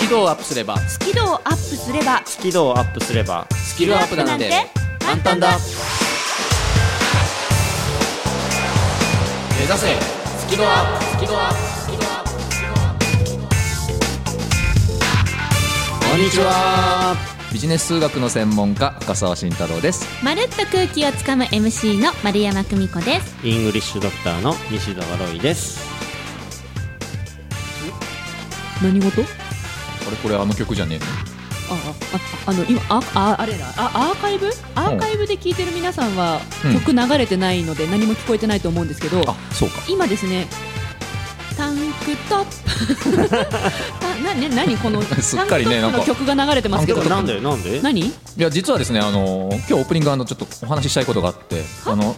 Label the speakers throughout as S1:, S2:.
S1: キ度をアップすれば
S2: スキルをアップすれば
S3: スキルをアップすれば
S1: スキルアップなんて簡単だ目指せスキルアップスキルアップスキルアップスキルアップこんにちは
S4: ビジネス数学の専門家深澤慎太郎です
S2: まるっと空気をつかむ MC の丸山久美子です
S3: イングリッシュドクターの西澤ロイです
S2: 何事あ
S4: あれこれあの曲じゃねえの
S2: あああの今あああれだあアーカイブアーカイブで聞いてる皆さんは、
S4: うん
S2: 曲流れてないので何も聞こえてないと思うんですけど、
S4: あそうか
S2: 今ですねタンクトッ プたな、ね、何この
S4: すっかりね
S2: タンクトップの曲が流れてますけ
S3: で
S2: ど
S3: もなんでなんで
S2: 何
S4: いや実はですねあのー今日オープニングあのちょっとお話ししたいことがあってあの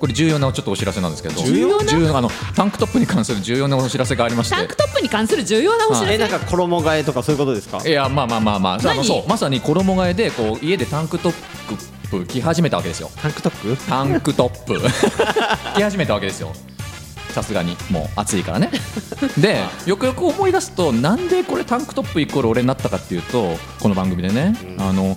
S4: これ重要なちょっとお知らせなんですけど
S2: 重要な
S4: あのタンクトップに関する重要なお知らせがありまし
S2: タンク
S4: て
S2: トップに関する重要なお知ら
S3: え
S2: せ
S3: なんか衣替えとかそういうことですか
S4: いやまあまあまあまああの
S2: 何
S4: そうまさに衣替えでこう家でタンクトップ着始めたわけですよ
S3: タンクトップ
S4: タンクトッ プ着始めたわけですよさすがにもう暑いからねでよくよく思い出すとなんでこれタンクトップイコール俺になったかっていうとこの番組でね、
S3: うん
S4: あの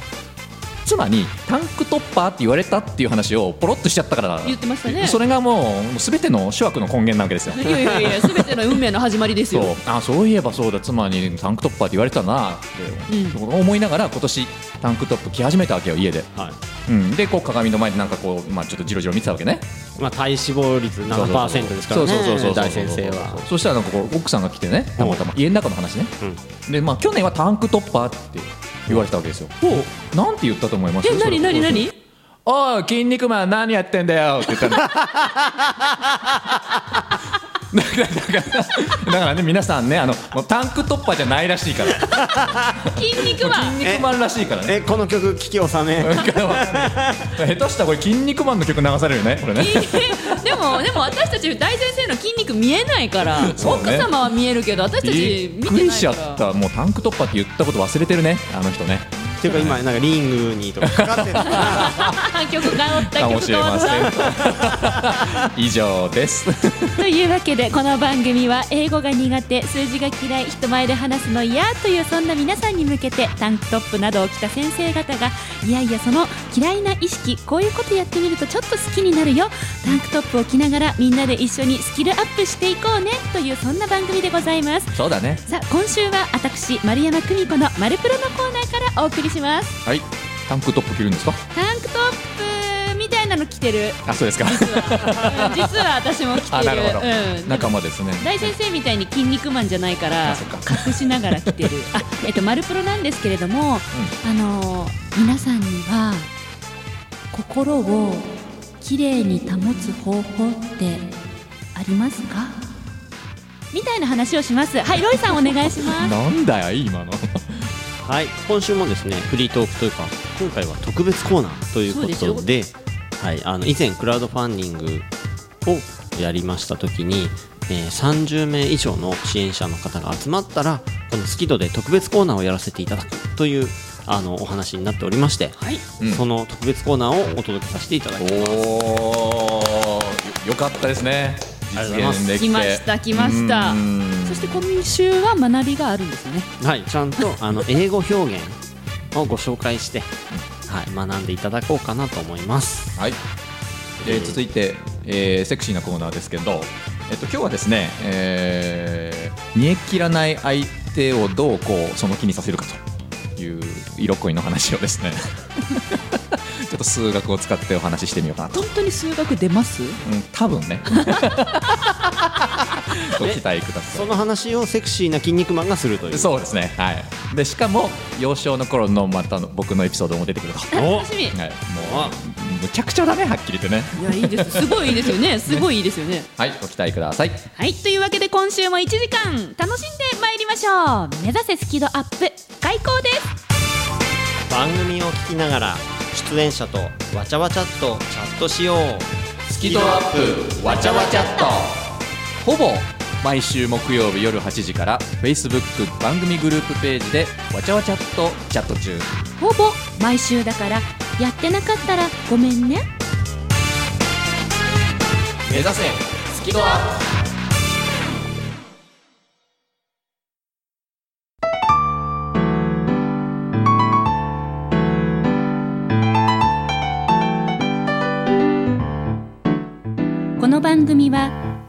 S4: 妻にタンクトッパーって言われたっていう話をポロッとしちゃったから
S2: 言ってましたね
S4: それがもうすべての諸悪の根源なわけですよ
S2: いやいやいや全ての運命の始まりです
S4: そう
S2: よ
S4: あそういえばそうだ妻にタンクトッパーって言われてたなって思いながら今年タンクトップ着始めたわけよ家で、
S3: はい
S4: うん、でこう鏡の前でなんかこう、まあ、ちょっとじろじろ見てたわけね
S3: まあ体脂肪率7%ですからね
S4: そうそうそうそう
S3: 大先生は
S4: そしたらなんかこう奥さんが来てねたまたま家の中の話ね
S3: うん
S4: でまあ去年はタンクトッパーって言われたわけですよおなんて言ったと思います
S2: え何 何何
S4: おい筋肉マン何やってんだよって言ったのだからだからだからね皆さんねあのもうタンクトッパーじゃないらしいから
S2: 筋肉マン
S4: 筋肉マンらしいからね
S3: えこの曲聞き納め
S4: だからわかんない下手したらこれ筋肉マンの曲流されるよねこれね
S2: え でもでも私たち大先生の筋肉見えないから、
S4: そう
S2: 奥
S4: ね
S2: 様は見えるけど私たち
S4: び
S2: 見
S4: っく
S2: て
S4: り
S2: な
S4: し
S2: い
S4: ち
S2: か
S4: ゃ
S2: ら
S4: ったもうタンクトッパーって言ったこと忘れてるねあの人ね
S3: っていうか今なんかリングにとかかかってたから
S2: あ曲変わった
S4: かも
S2: 曲
S4: し
S2: 変
S4: れ
S2: わ
S4: ま
S2: っ
S4: せ
S2: た
S4: ん以上です
S2: というわけでこの番組は英語が苦手数字が嫌い人前で話すの嫌というそんな皆さんに向けてタンクトップなどを着た先生方がいやいやその嫌いな意識こういうことやってみるとちょっと好きになるよタンクトップを着ながらみんなで一緒にスキルアップしていこうねというそんな番組でございます
S4: そうだね
S2: さあ今週は私丸山久美子の「マルプロ」のコーナーからお送りします
S4: はいタンクトップ着るんですか
S2: タンクトップみたいなの着 てる
S4: あそうですか
S2: 実はうん実は私も着
S4: あ
S2: て
S4: な
S2: る
S4: るほど、
S2: うん、
S4: 仲間ですね
S2: 大先生みたいに筋肉マンじゃないから
S4: あそっか
S2: 隠しながら 着てるあえっと「マルプロ」なんですけれども、あのー皆さんには心をきれいに保つ方法ってありますかみたいな話をしますはいロイさんお願いします
S4: なんだよ今の
S3: はい、今週もですねフリートークというか今回は特別コーナーというこ
S2: そ
S3: と
S2: う
S3: ではい、あの以前クラウドファンディングをやりました時に、えー30名以上の支援者の方が集まったらこの「スキド」で特別コーナーをやらせていただくというあのお話になっておりまして、
S2: はい
S4: うん
S3: その特別コーナーをお届けさせていただきます
S4: おーよかったですね
S3: ありがとうございます
S4: で
S2: 来ました来ました
S4: うん
S2: そして今週は学びがあるんですね
S3: はい、ちゃんとあの英語表現をご紹介して、はい、学んでいただこうかなと思います。
S4: はい、えー続いて、えーセクシーなコーナーですけど、えっと、今日はですね、えー、煮え切らない相手をどうこうその気にさせるかという色恋の話をですね ちょっと数学を使ってお話ししてみようかなと、
S2: 本当に数学出ます
S4: うん、多分 ねご期待くださ
S3: その話をセクシーな筋肉マンがするという。
S4: いそうですねはいでしかも幼少の頃のまたの僕のエピソードも出てくると、はい、
S3: お
S2: 楽しみい
S4: もうむちゃくちゃだねはっきり言ってね
S2: やいいですすごいいいですよねすごいいいですよね
S4: はいご期待ください
S2: はい、というわけで今週も1時間楽しんでまいりましょう目指せスキドアップ開講です
S3: 番組を聞きながら出演者とわちゃわちゃっとチャットしよう。
S4: スキドアップわちゃわちゃっとほぼ毎週木曜日夜8時から Facebook 番組グループページでわちゃわちゃっとチャット中
S2: ほぼ毎週だからやってなかったらごめんね
S4: 目指せスキドアップ
S2: 組は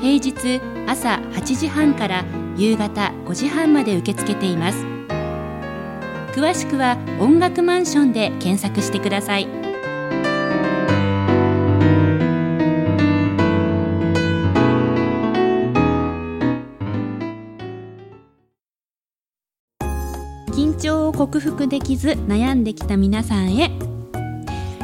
S2: 平日朝8時半から夕方5時半まで受け付けています詳しくは音楽マンションで検索してください緊張を克服できず悩んできた皆さんへ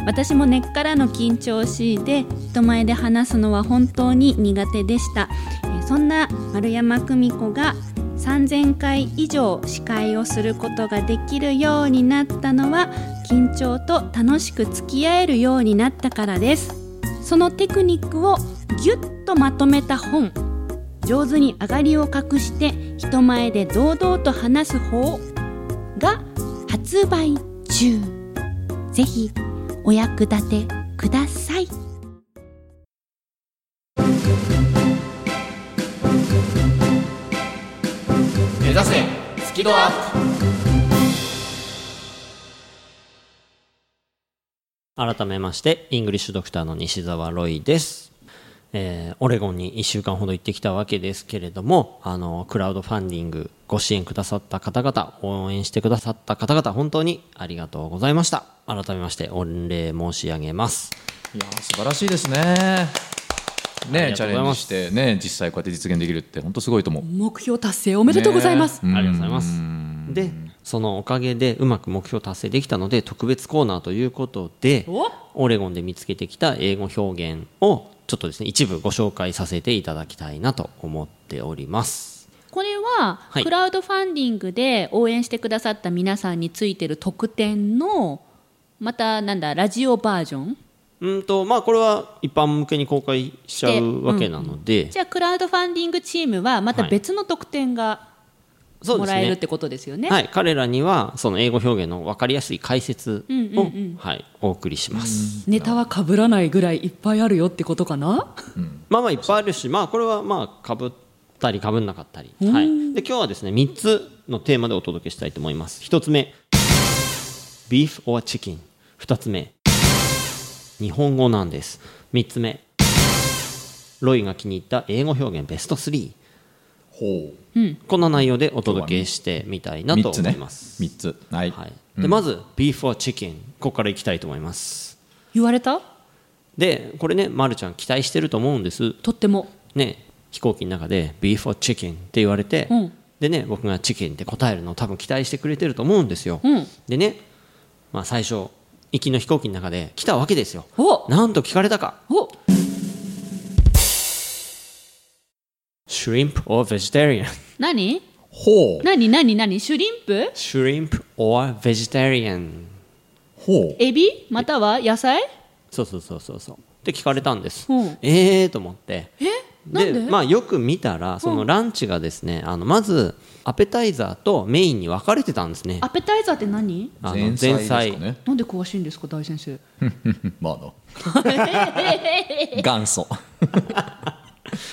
S2: 私も根っからの緊張しいで人前で話すのは本当に苦手でしたえーそんな丸山久美子が3000回以上司会をすることができるようになったのは緊張と楽しく付き合えるようになったからですそのテクニックをぎゅっとまとめた本上手に上がりを隠して人前で堂々と話す方が発売中ぜひお役立てください
S1: 目指せスキドアップ
S3: 改めましてイングリッシュドクターの西澤ロイです、えーオレゴンに1週間ほど行ってきたわけですけれどもあのクラウドファンディングご支援くださった方々応援してくださった方々本当にありがとうございました改めまして御礼申し上げます
S4: いやー素晴らしいですね
S3: あり
S4: ね
S3: が
S4: チャ
S3: とうござ
S4: レ
S3: い
S4: ン
S3: ま
S4: ジ
S3: す
S4: してね実際こうやって実現できるって本当すごいと思う
S2: 目標達成おめでとうございます、
S4: ね
S3: ありがとうございます
S4: うん
S3: でそのおかげでうまく目標達成できたので特別コーナーということで
S2: お
S3: オレゴンで見つけてきた英語表現をちょっとですね一部ご紹介させていただきたいなと思っております
S2: これは、
S3: はい
S2: クラウドファンディングで応援してくださった皆さんについてる特典のまたなんだラジオバージョン
S3: うんとまあこれは一般向けに公開しちゃうわけなので、
S2: じゃあクラウドファンディングチームはまた
S3: はい
S2: 別の特典が
S3: そう
S2: も
S3: です
S2: らえるっ
S3: ね
S2: てことですよね。
S3: はい、彼らにはその英語表現の分かりやすい解説を、
S2: うんうんうん
S3: はい、お送りします、
S5: ネタは被らないぐらいいっぱいあるよってことかな
S3: まあまあいっぱいあるし、まあ、これはまあかぶったりかぶんなかったり、はい、で今日はですね3つのテーマでお届けしたいと思います1つ目「ビーフ・オア・チキン」2つ目「日本語なんです」3つ目ロイが気に入った英語表現ベスト3
S4: ほう
S3: こんな内容でお届けしてみたいなと
S4: 3つ
S3: 思い
S4: ね
S3: ます、
S4: 3つはい、
S3: はい、でまず「ビーフ・オア・チキン」ここからいきたいと思います
S2: 言われた
S3: でこれね、ま、るちゃん期待してると思うんです、
S2: とっても
S3: ね、飛行機の中で「Beef or Chicken」って言われて、
S2: うん
S3: でね、僕が「チキン」って答えるのを多分期待してくれてると思うんですよ、
S2: うん
S3: でね、まあ、最初行きの飛行機の中で来たわけですよ
S2: お
S3: なんと聞かれたか
S2: お
S3: Shrimp or vegetarian
S2: 何
S4: ほう
S2: 何何何シュリンプ
S3: Shrimp or vegetarian
S4: ほう
S2: エビまたは野菜
S3: そうそうそうそうそうって聞かれたんです、
S2: うん
S3: えーと思って
S2: えなんで
S3: まあ、よく見たらそのランチがですね、あのまずアペタイザーとメインに分かれてたんですね
S2: アペタイザーって何
S3: あの
S4: 前菜ですかね
S5: なんで詳しいんですか大先生
S4: まああの 元 祖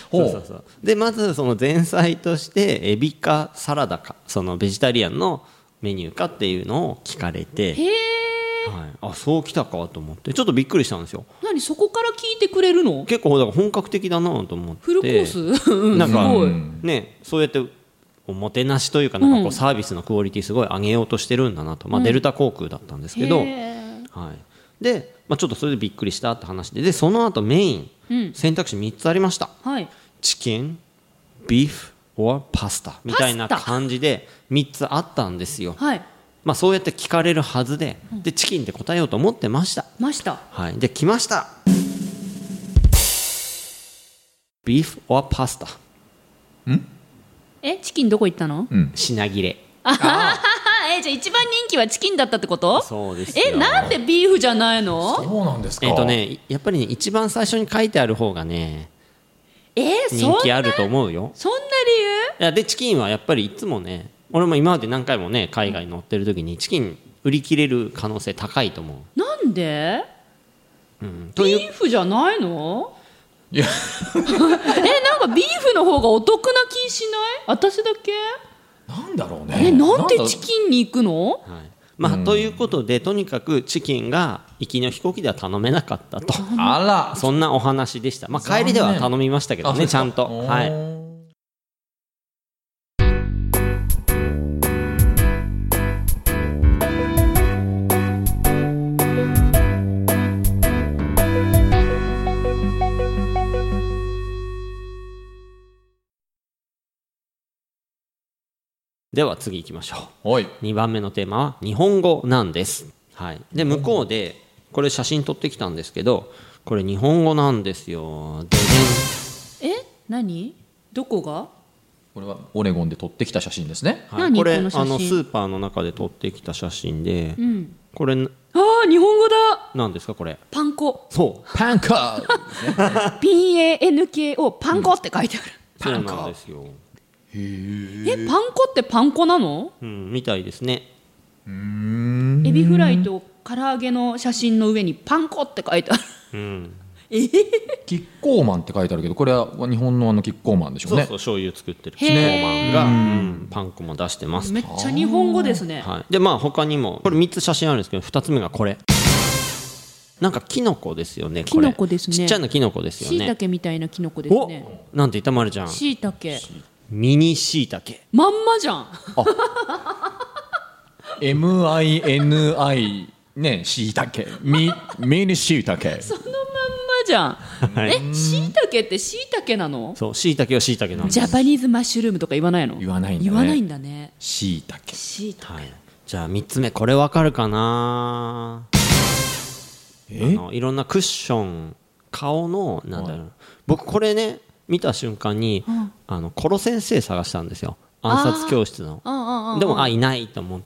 S4: ほ
S3: そうそう
S4: う
S3: そうでまずその前菜としてエビかサラダかそのベジタリアンのメニューかっていうのを聞かれて、
S2: へえ
S3: はい、あそうきたかと思ってちょっとびっくりしたんですよ
S2: 何そこから聞いてくれるの
S3: 結構だから本格的だなと思って
S2: フルコース うん
S3: なんか
S2: すごい
S3: ねそうやっておもてなしというかなんかこうサービスのクオリティすごい上げようとしてるんだなと、まあ、デルタ航空だったんですけど、
S2: へえ
S3: はい、で、まあ、ちょっとそれでびっくりしたって話ででその後メイン、
S2: うん
S3: 選択肢3つありました
S2: はい
S3: チキンビーフ or パスタみたいな
S2: パスタ
S3: 感じで3つあったんですよ、
S2: はい
S3: まあ、そうやって聞かれるはずででチキンって答えようと思ってました、
S2: ました
S3: はい、で来ましたビーフ or パスタ
S2: えチキンどこ行ったの
S3: 品切れ
S2: あえ えじゃあ一番人気はチキンだったってこと
S3: そうですよ
S2: えなんでビーフじゃないの
S4: そうなんですか
S3: えっ、とねやっぱりね一番最初に書いてある方がね
S2: えそん
S3: 人気
S2: な
S3: あると思うよ
S2: そんない
S3: やでチキンはやっぱりいつもね俺も今まで何回もね海外に乗ってる時にチキン売り切れる可能性高いと思
S2: 理由なんで
S3: う、うん、とい
S2: ビ
S3: う
S2: ーフじゃないの
S4: いや
S2: えなんかビーフの方がお得な気しない私だけ
S4: なんだろうね
S2: えなんで
S4: だ
S2: チキンに行くの
S3: はいまあ、ということでとにかくチキンが行きの飛行機では頼めなかったと
S4: あ
S3: そんなお話でした、まあ、帰りでは頼みましたけ
S4: ら
S3: ど
S4: あそうで
S3: ね
S4: す
S3: ち
S4: か
S3: ゃんと、
S4: おー
S3: はい、では次行きましょう
S4: おい
S3: 2番目のテーマは日本語なんです、はい、で向こうでこれ写真撮ってきたんですけどこれ日本語なんですよでで
S2: え何
S5: どこが
S4: これはオレゴンで撮ってきた写真ですね
S3: ん、はい、
S2: 何
S3: これ
S2: この写真
S3: あのスーパーの中で撮ってきた写真で、
S2: うん
S3: これ
S5: ああ日本語だ
S3: なんですかこれ
S2: パン粉
S3: そう
S4: パンカー
S2: PANKO パン粉って書いてある、
S3: そうなんですよ、
S2: えパン粉ってパン粉なの
S3: うん、みたいですね
S2: エビフライと唐揚げの写真の上にパン粉って書いてある
S3: うん、
S4: キッコーマンって書いてあるけどこれは日本のあのキッコーマンでしょ
S3: そうう
S4: ね
S3: そう醤油作ってる
S2: へ
S3: キ
S2: ー
S3: ノマンが、うん、パン粉も出してます
S5: めっちゃ日本語ですね
S3: はい、でまあ他にもこれ3つ写真あるんですけど2つ目がこれなんかキノコですよねこれ
S2: キノコですね
S3: ちっちゃなキノコですよ
S2: しいた
S3: ね
S2: けみたいなキノコです
S3: お
S2: ね
S3: なんて言ったまるちゃん
S2: しいたけ
S3: ミニしいたけ
S2: まんまじゃん
S4: MINI ねしいたけミミニしいたけ
S2: そのまんまじゃん、えしいたけってしいたけなの
S3: そうしいたけはしいたけなんです
S2: ジャパニーズマッシュルームとか言わないの
S4: 言わないんだね
S2: 言わないんだね
S4: しいたけ
S2: しいた
S3: はい、じゃあ3つ目これわかるかなあ
S4: え
S3: のいろんなクッション顔のなんだろう、僕これね見た瞬間に、あのコロ先生探したんですよ暗殺教室の
S2: あああ
S3: でもあいないと思って、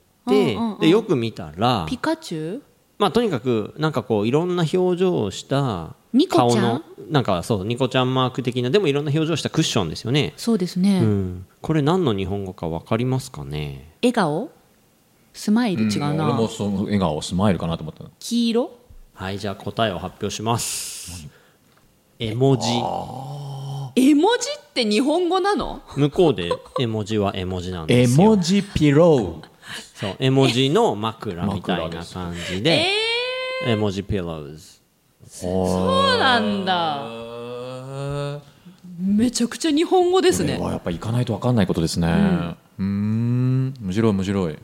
S2: うんうんうん
S3: でよく見たら
S2: ピカチュウ
S3: まあとにかくなんかこういろんな表情をした
S2: ニコちゃん
S3: 顔のなんかそうニコちゃんマーク的なでもいろんな表情をしたクッションですよね、
S2: そうですね、
S3: うん、これ何の日本語かわかりますかね
S2: 笑顔スマイル違うな、
S4: 俺もその笑顔スマイルかなと思ったの
S2: 黄色
S3: はいじゃあ答えを発表します絵文字
S2: 絵文字って日本語なの
S3: 向こうで絵文字は絵文字なん
S4: 絵
S3: ですよ
S4: 文字ピロー
S3: そう絵文字の枕みたいな感じ
S2: え
S3: で絵文字ピローズ
S2: そうなんだめちゃくちゃ日本語です
S4: これ
S2: ね
S4: はやっぱ行かないと分かんないことですねうーん面白い面白い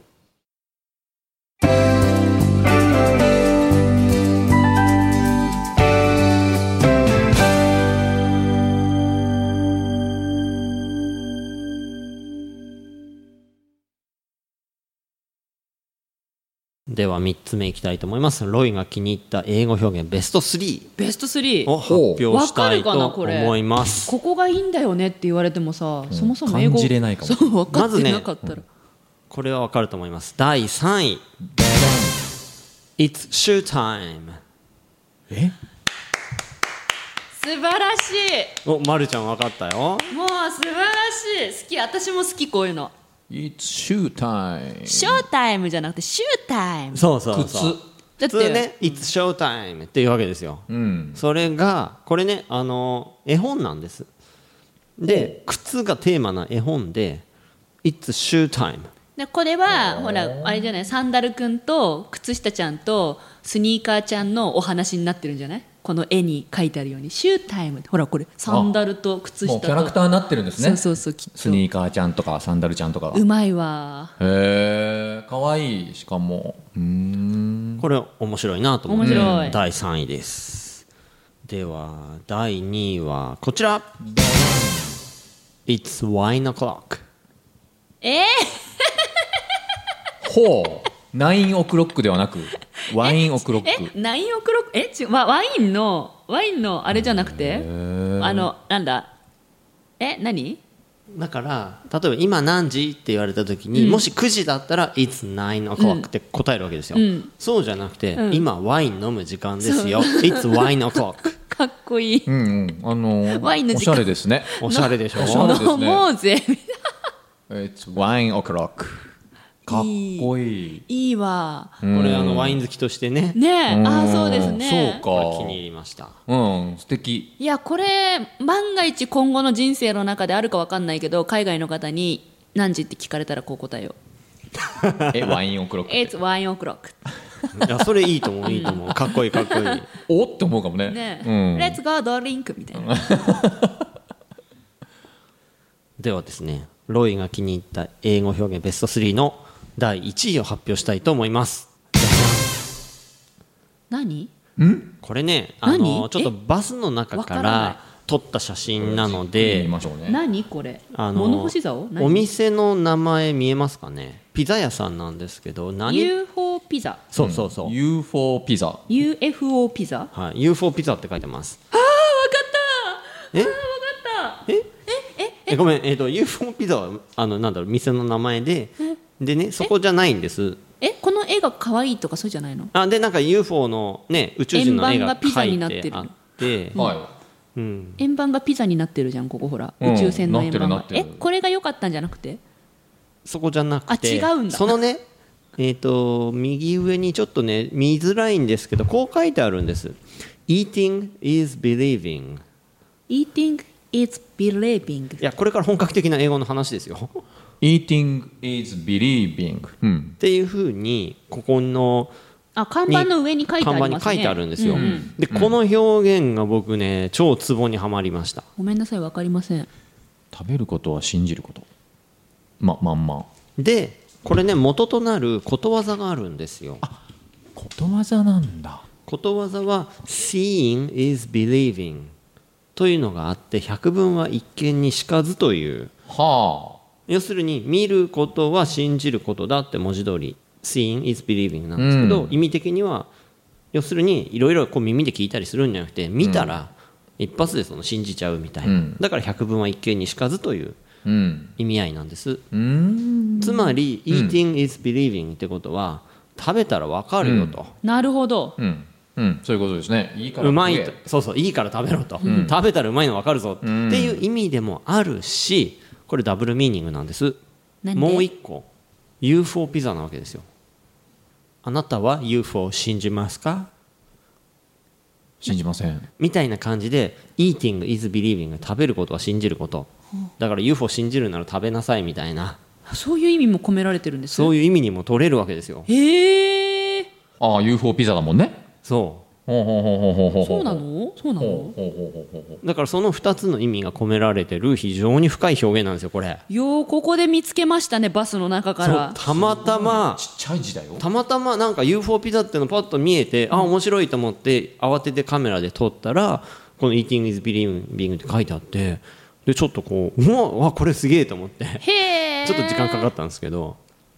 S3: では3つ目いきたいと思いますロイが気に入った英語表現ベスト3
S2: ベスト3
S3: を発表したい
S2: わかるか
S3: と
S2: なこれ
S3: 思います
S2: ここがいいんだよねって言われてもさ、そもそも英語
S4: 感じれないかも
S2: そう分か
S3: ま
S2: っ
S3: ず
S2: て
S3: ね
S2: なかったら、
S3: これはわかると思います第3位 It's show time
S4: え
S2: 素晴らし
S3: おまるちゃんわかったよ
S2: いもう素晴らしい好き私も好きこういうの
S4: It's show time
S2: ショータイムじゃなくてシュータイム
S3: そうそ
S4: 靴
S2: だ
S3: 普
S2: って
S3: 通ね「It's show time」っていうわけですよ、
S4: うん
S3: それがこれねあの絵本なんですで靴がテーマな絵本で「It's show time
S2: でこれはほらあれじゃないサンダルくんと靴下ちゃんとスニーカーちゃんのお話になってるんじゃないこの絵に書いてあるようにシュータイムほらこれサンダルと靴
S4: も
S2: 下
S4: う
S2: と
S4: キャラクターになってるんです
S2: そ
S4: ね
S2: うそうそうきっと
S4: スニーカーちゃんとかサンダルちゃんとかが
S2: うまいわ
S4: へえかわいいしかもうーん」
S3: これ面白いなと思っ
S2: 面
S3: て
S2: 白い
S3: 第3位ですでは第2位はこちら「It's wine o'clock
S2: えー、
S4: ほうナインオクロックでは なくワインオクロック
S2: えナインオクロックえちワワインのワインのあれじゃなくてあのなんだえ何
S3: だから例えば今何時って言われた時に、もし9時だったら「It's 9 o'clock」って答えるわけですよ、
S2: うん
S3: そうじゃなくて、
S2: うん
S3: 今ワイン飲む時間ですよ「It's wine o'clock
S2: かっこいい。
S4: うんうんあのー
S2: ワインの
S4: お
S2: 時
S4: し
S2: 間
S4: ゃれですね」
S3: おしゃれでしょ
S4: おしゃれですね
S2: 飲もうぜ。
S4: It's wine o'clock かっこいい
S2: いいわ。
S3: これあのワイン好きとしてね
S2: ねえ、あーそうですね。
S4: そ
S3: これ気に入
S4: う
S3: りました
S4: かうん素敵
S2: いや、これ、万が一今後の人生の中であるかわかんないけど、海外の方に何時って聞かれたらこう答えよ
S4: えワインオクロッ
S2: う。
S4: ク
S2: It's wine o'clock.
S3: いやそれいいと思ういいと思うかっこいいかっこいい
S4: おって思うかもね
S2: ねえ、
S4: うん
S2: Let's go drink みたいな。
S3: ではですねロイが気に入った英語表現ベスト3の第1位を発表したいと思います
S2: 何
S3: これねあの
S2: 何
S3: ちょっとバスの中
S2: わ
S3: か
S2: からない
S3: ら撮った写真なの
S4: 見
S3: で
S4: ましょうね
S2: 何これ
S3: あの
S2: 物干し竿
S3: お
S2: 何
S3: 店の名前見えますかねピザ屋さんなんですけど何
S2: ?UFO ピザ。
S3: そうそうそう、
S4: UFO ピザ
S2: UFO ピザ
S3: はい、UFO ピザって書いてますああわかったえわかったえええごめんえっ、と UFO ピザはあのなんだろう店の名前ででねそこじゃないんです
S2: え、この絵が可愛いとかそうじゃないの
S3: あでなんか UFO のね宇宙人の絵
S2: 円盤
S3: が
S2: がピザ
S3: 書
S2: に
S3: い
S2: なっててる
S3: あって
S4: は
S3: うん、
S2: 円盤がピザになってるじゃん、ここほら。
S4: うん
S2: 宇宙船の円盤
S4: な
S2: が
S4: っ。てるな
S2: え、
S4: ってる
S2: これが良かったんじゃなくて
S3: そこじゃなくて
S2: あ違うんだ
S3: そのねえっ、と右上にちょっとね見づらいんですけどこう書いてあるんです「Eating is believing
S2: Eating is believing」
S3: いやこれから本格的な英語の話ですよ
S4: い Eating is believing うん
S3: っていうふうにここの
S2: あ看板の上に書いてありますね
S3: 看板に書いてあるんですよ、
S2: う
S3: でこの表現が僕ね超ツボにはまりました
S2: ごめんなさいわかりません
S4: 食べることは信じることままんま
S3: でこれね元となることわざがあるんですよ
S4: ことわざなんだ
S3: ことわざは「seeing is believing」というのがあって百聞は一見にしかずという
S4: は
S3: 要するに見ることは信じることだって文字通り「seeing is believing」なんですけど、
S4: うん
S3: 意味的には要するにいろいろこう耳で聞いたりするんじゃなくて見たら一発でその信じちゃうみたいな、
S4: うん
S3: だから百聞は一見にしかずという
S4: あうん
S3: 意味合いなんです
S4: うん
S3: つまり「eating is believing」ってことは食べたらわかるよと、
S2: なるほど
S4: うんうんそういうことですねいいから
S3: うまい
S4: 食
S3: と
S4: え
S3: そうそういいから食べろと、食べたらうまいの分かるぞっていう意味でもあるしこれダブルミーニングなんです
S2: なんで
S3: もう一個 UFO ピザなわけですよあなたは UFO を信じますか
S4: 信じません
S3: みたいな感じで Eating is believing 食べることは信じることだから UFO 信じるなら食べなさいみたいな
S2: そういう意味も込められてるんです
S3: そういう意味にも取れるわけですよ
S2: へえ
S4: ああ UFO ピザだもんね
S3: そ
S4: ほうほうほうほうほうほう
S2: そうなのそうなの
S4: ほうほうほうほうほう
S3: うだからその2つの意味が込められてる非常に深い表現なんですよこれ
S2: ようここで見つけましたねバスの中か
S3: そう
S2: ら
S3: たまたま
S4: ちっちゃい時代を
S3: たまたまなんか UFO ピザっていうのパッと見えてあ面白いと思って慌ててカメラで撮ったらこの「Eating is Believing」って書いてあってでちょっとこううわうわこれすげえと思って
S2: へえ
S3: ちょっと時間かかったんですけど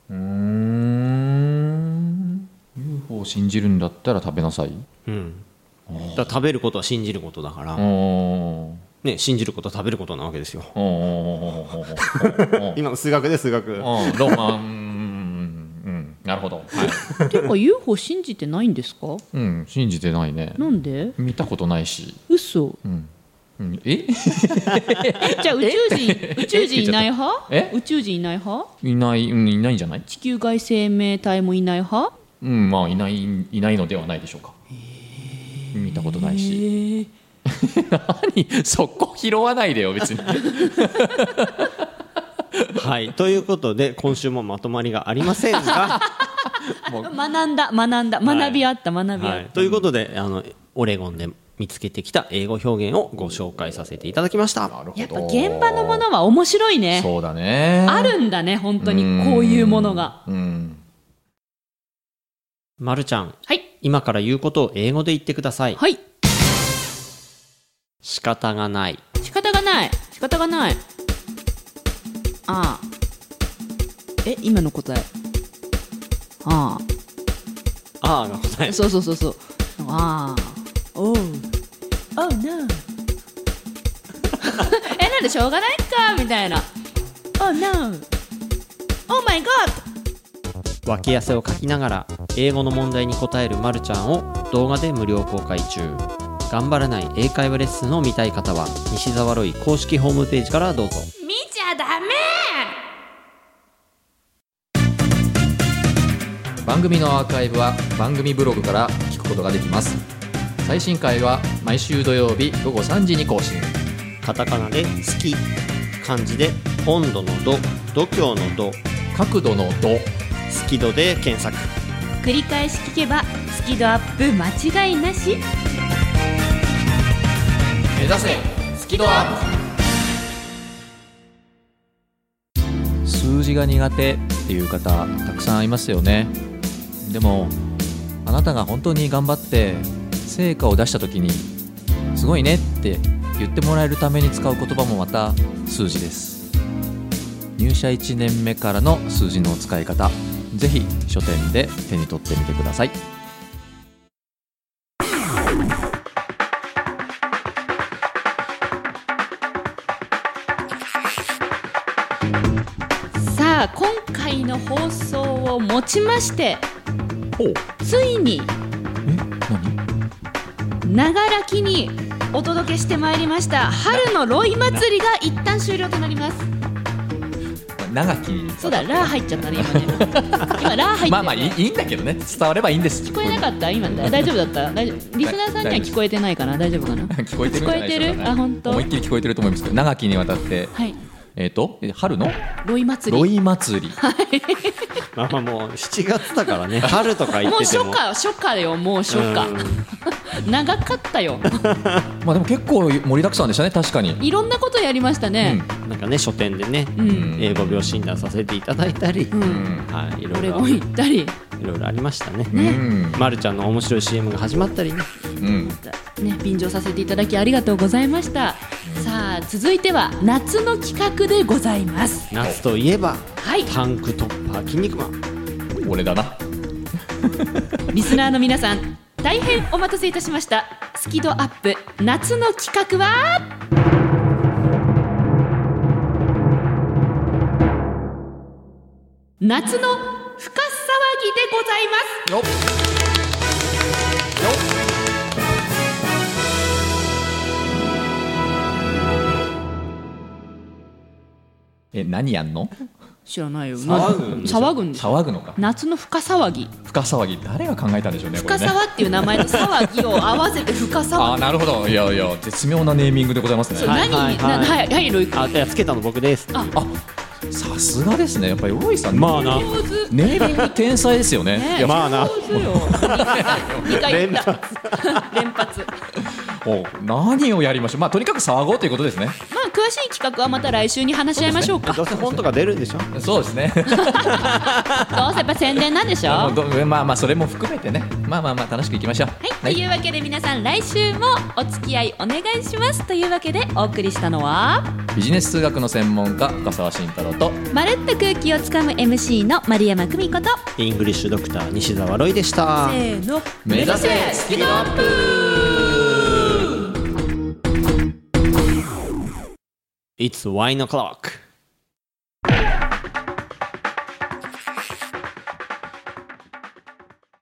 S4: うーん UFO を信じるんだったら食べなさい
S3: うんだから食べることは信じることだか
S4: う
S3: ら、
S4: ん
S3: ね、信じることは食べることなわけですよ
S4: うんうんうんうんうんうん
S3: 今の数学で数学
S4: うんどうもうんうんうんうんなるほどはい
S2: っていうか UFO 信じてないんですか
S4: うん信じてないね
S2: なんで
S4: 見たことないし
S2: 嘘
S4: うんえ
S2: えじゃあ宇宙人宇宙人いない派
S4: え
S2: 宇宙人いない派
S4: いないうんいないんじゃない
S2: 地球外生命体もいない派
S4: うんまあいないいないのではないでしょうか見たことないし
S2: へえ
S4: 何そこ拾わ ないでよ別に
S3: はいということで今週もまとまりがありませんが、
S2: 学んだ学んだ学びあった学び
S3: は
S2: あっ
S3: い、ということであのオレゴンで見つけてきた英語表現をご紹介させていただきました
S4: なるほど
S2: たやっぱ現場のものは面白いね
S4: そうだね
S2: あるんだね本当にこういうものが
S4: うん
S3: まるちゃん
S2: はい
S3: 今から言うことを英語で言ってください。
S2: はい
S3: 仕方がない。
S2: 仕方がない仕方がないああえ今の答えあ
S3: あーが答え
S2: あ。そうそうそうそうああおう おうなえなんでしょうがないかみたいな
S6: Oh no! Oh my god!
S3: 脇汗をかきながら英語の問題に答えるまるちゃんを動画で無料公開中頑張らない英会話レッスンを見たい方は西沢ロイ公式ホームページからどうぞ
S2: 見ちゃダメ
S4: 番組のアーカイブは番組ブログから聞くことができます最新回は毎週土曜日午後3時に更新
S3: カタカナで「好き」漢字で「温度の度」「度胸の度」
S4: 角度の度
S3: 「好き度」で検索
S6: 繰り返し聞けばスキドアップ間違いなし
S7: 目指せスキドアップ
S4: 数字が苦手っていう方たくさんいますよねでもあなたが本当に頑張って成果を出した時に「すごいね」って言ってもらえるために使う言葉もまた数字です入社1年目からの数字の使い方ぜひ書店で手に取ってみてください
S2: さあ今回の放送をもちまして
S4: ほう
S2: ついに
S4: え何
S2: ながらきにお届けしてまいりました春のロイ祭りが一旦終了となります
S4: 長き
S2: そうだラー入っちゃったね今ね今ラー入ってる、ね、
S4: まあまあいいいいんだけどね伝わればいいんです
S2: 聞こえなかった今大丈夫だった大丈夫リスナーさんには聞こえてないかな大丈夫かな
S4: 聞こえてるんじゃないでしょうか、ね、
S2: 聞こえてるあ本当
S4: 思いっきり聞こえてると思いますけど長きにわたって
S2: はい
S4: えっ、とえ春の
S2: ロイ祭り
S4: ロイ祭 り
S3: まあまあもう7月だから ね春とか言
S2: も
S3: っ
S2: う
S3: てて
S2: 初
S3: も
S2: 夏初夏よもう初夏長かったよ
S4: まあでも結構盛りだくさんでしたね確かに、
S2: いろんなことやりましたね
S3: なんかね書店でね、
S2: うん
S3: 英語病診断させていただいたり、
S2: うん、
S3: はい、いろ
S2: オ
S3: い
S2: レ
S3: ろ
S2: ゴン行ったり
S3: いろいろありましたね。
S4: うんうん
S3: まるちゃんの面白い CM が始まったりね。
S4: うん
S2: ね便乗させていただきありがとうございましたさあ続いては夏の企画でございます
S3: 夏といえば
S2: はい
S3: タンクトッパー筋肉マン。
S4: 俺だな
S2: リスナーの皆さん大変お待たせいたしましたスキドアップ夏の企画は夏の深騒ぎでございます
S4: よっえ何やんの
S2: 知らないよ
S3: 騒ぐんでしょ
S2: 騒ぐんでしょ
S4: 騒ぐ のか
S2: 夏の深騒ぎ
S4: 深騒ぎ誰が考えたんでしょうねこ
S2: 深
S4: れね
S2: 沢っていう名前と騒ぎを合わせて深
S4: ああ
S2: 騒ぎ
S4: なるほどいやいや絶妙なネーミングでございますね
S2: そう何
S3: はいはいはい
S2: なはいはいロイ君
S3: あ、いやつけたの僕です。
S4: あさすがですねやっぱりロイさん
S3: まあな。
S2: 上手
S4: ネーミング天才ですよね
S2: ね
S4: いや
S3: まあな
S2: 上手よ二回言った連発ま
S4: お何をやりましょうまあとにかく騒ごうということですね
S2: あ詳しい企画はまた来週に話し合いましょうか
S3: どうせ本とか出るんでしょ。
S4: そうですね
S2: どうせやっぱ宣伝なんでしょ
S4: あ
S2: は
S4: のどまあまあそれも含めてねまあまあまあ楽しくいきましょう
S2: い、というわけで皆さん来週もお付き合いお願いしますというわけでお送りしたのは
S4: ビジネス数学の専門家深澤慎太郎と
S2: まるっと空気をつかむ MC の丸山久美子と
S3: イングリッシュドクター西澤ロイでした。
S2: せーの
S4: 目指せ
S2: スキドアップ
S3: It's wine o'clock.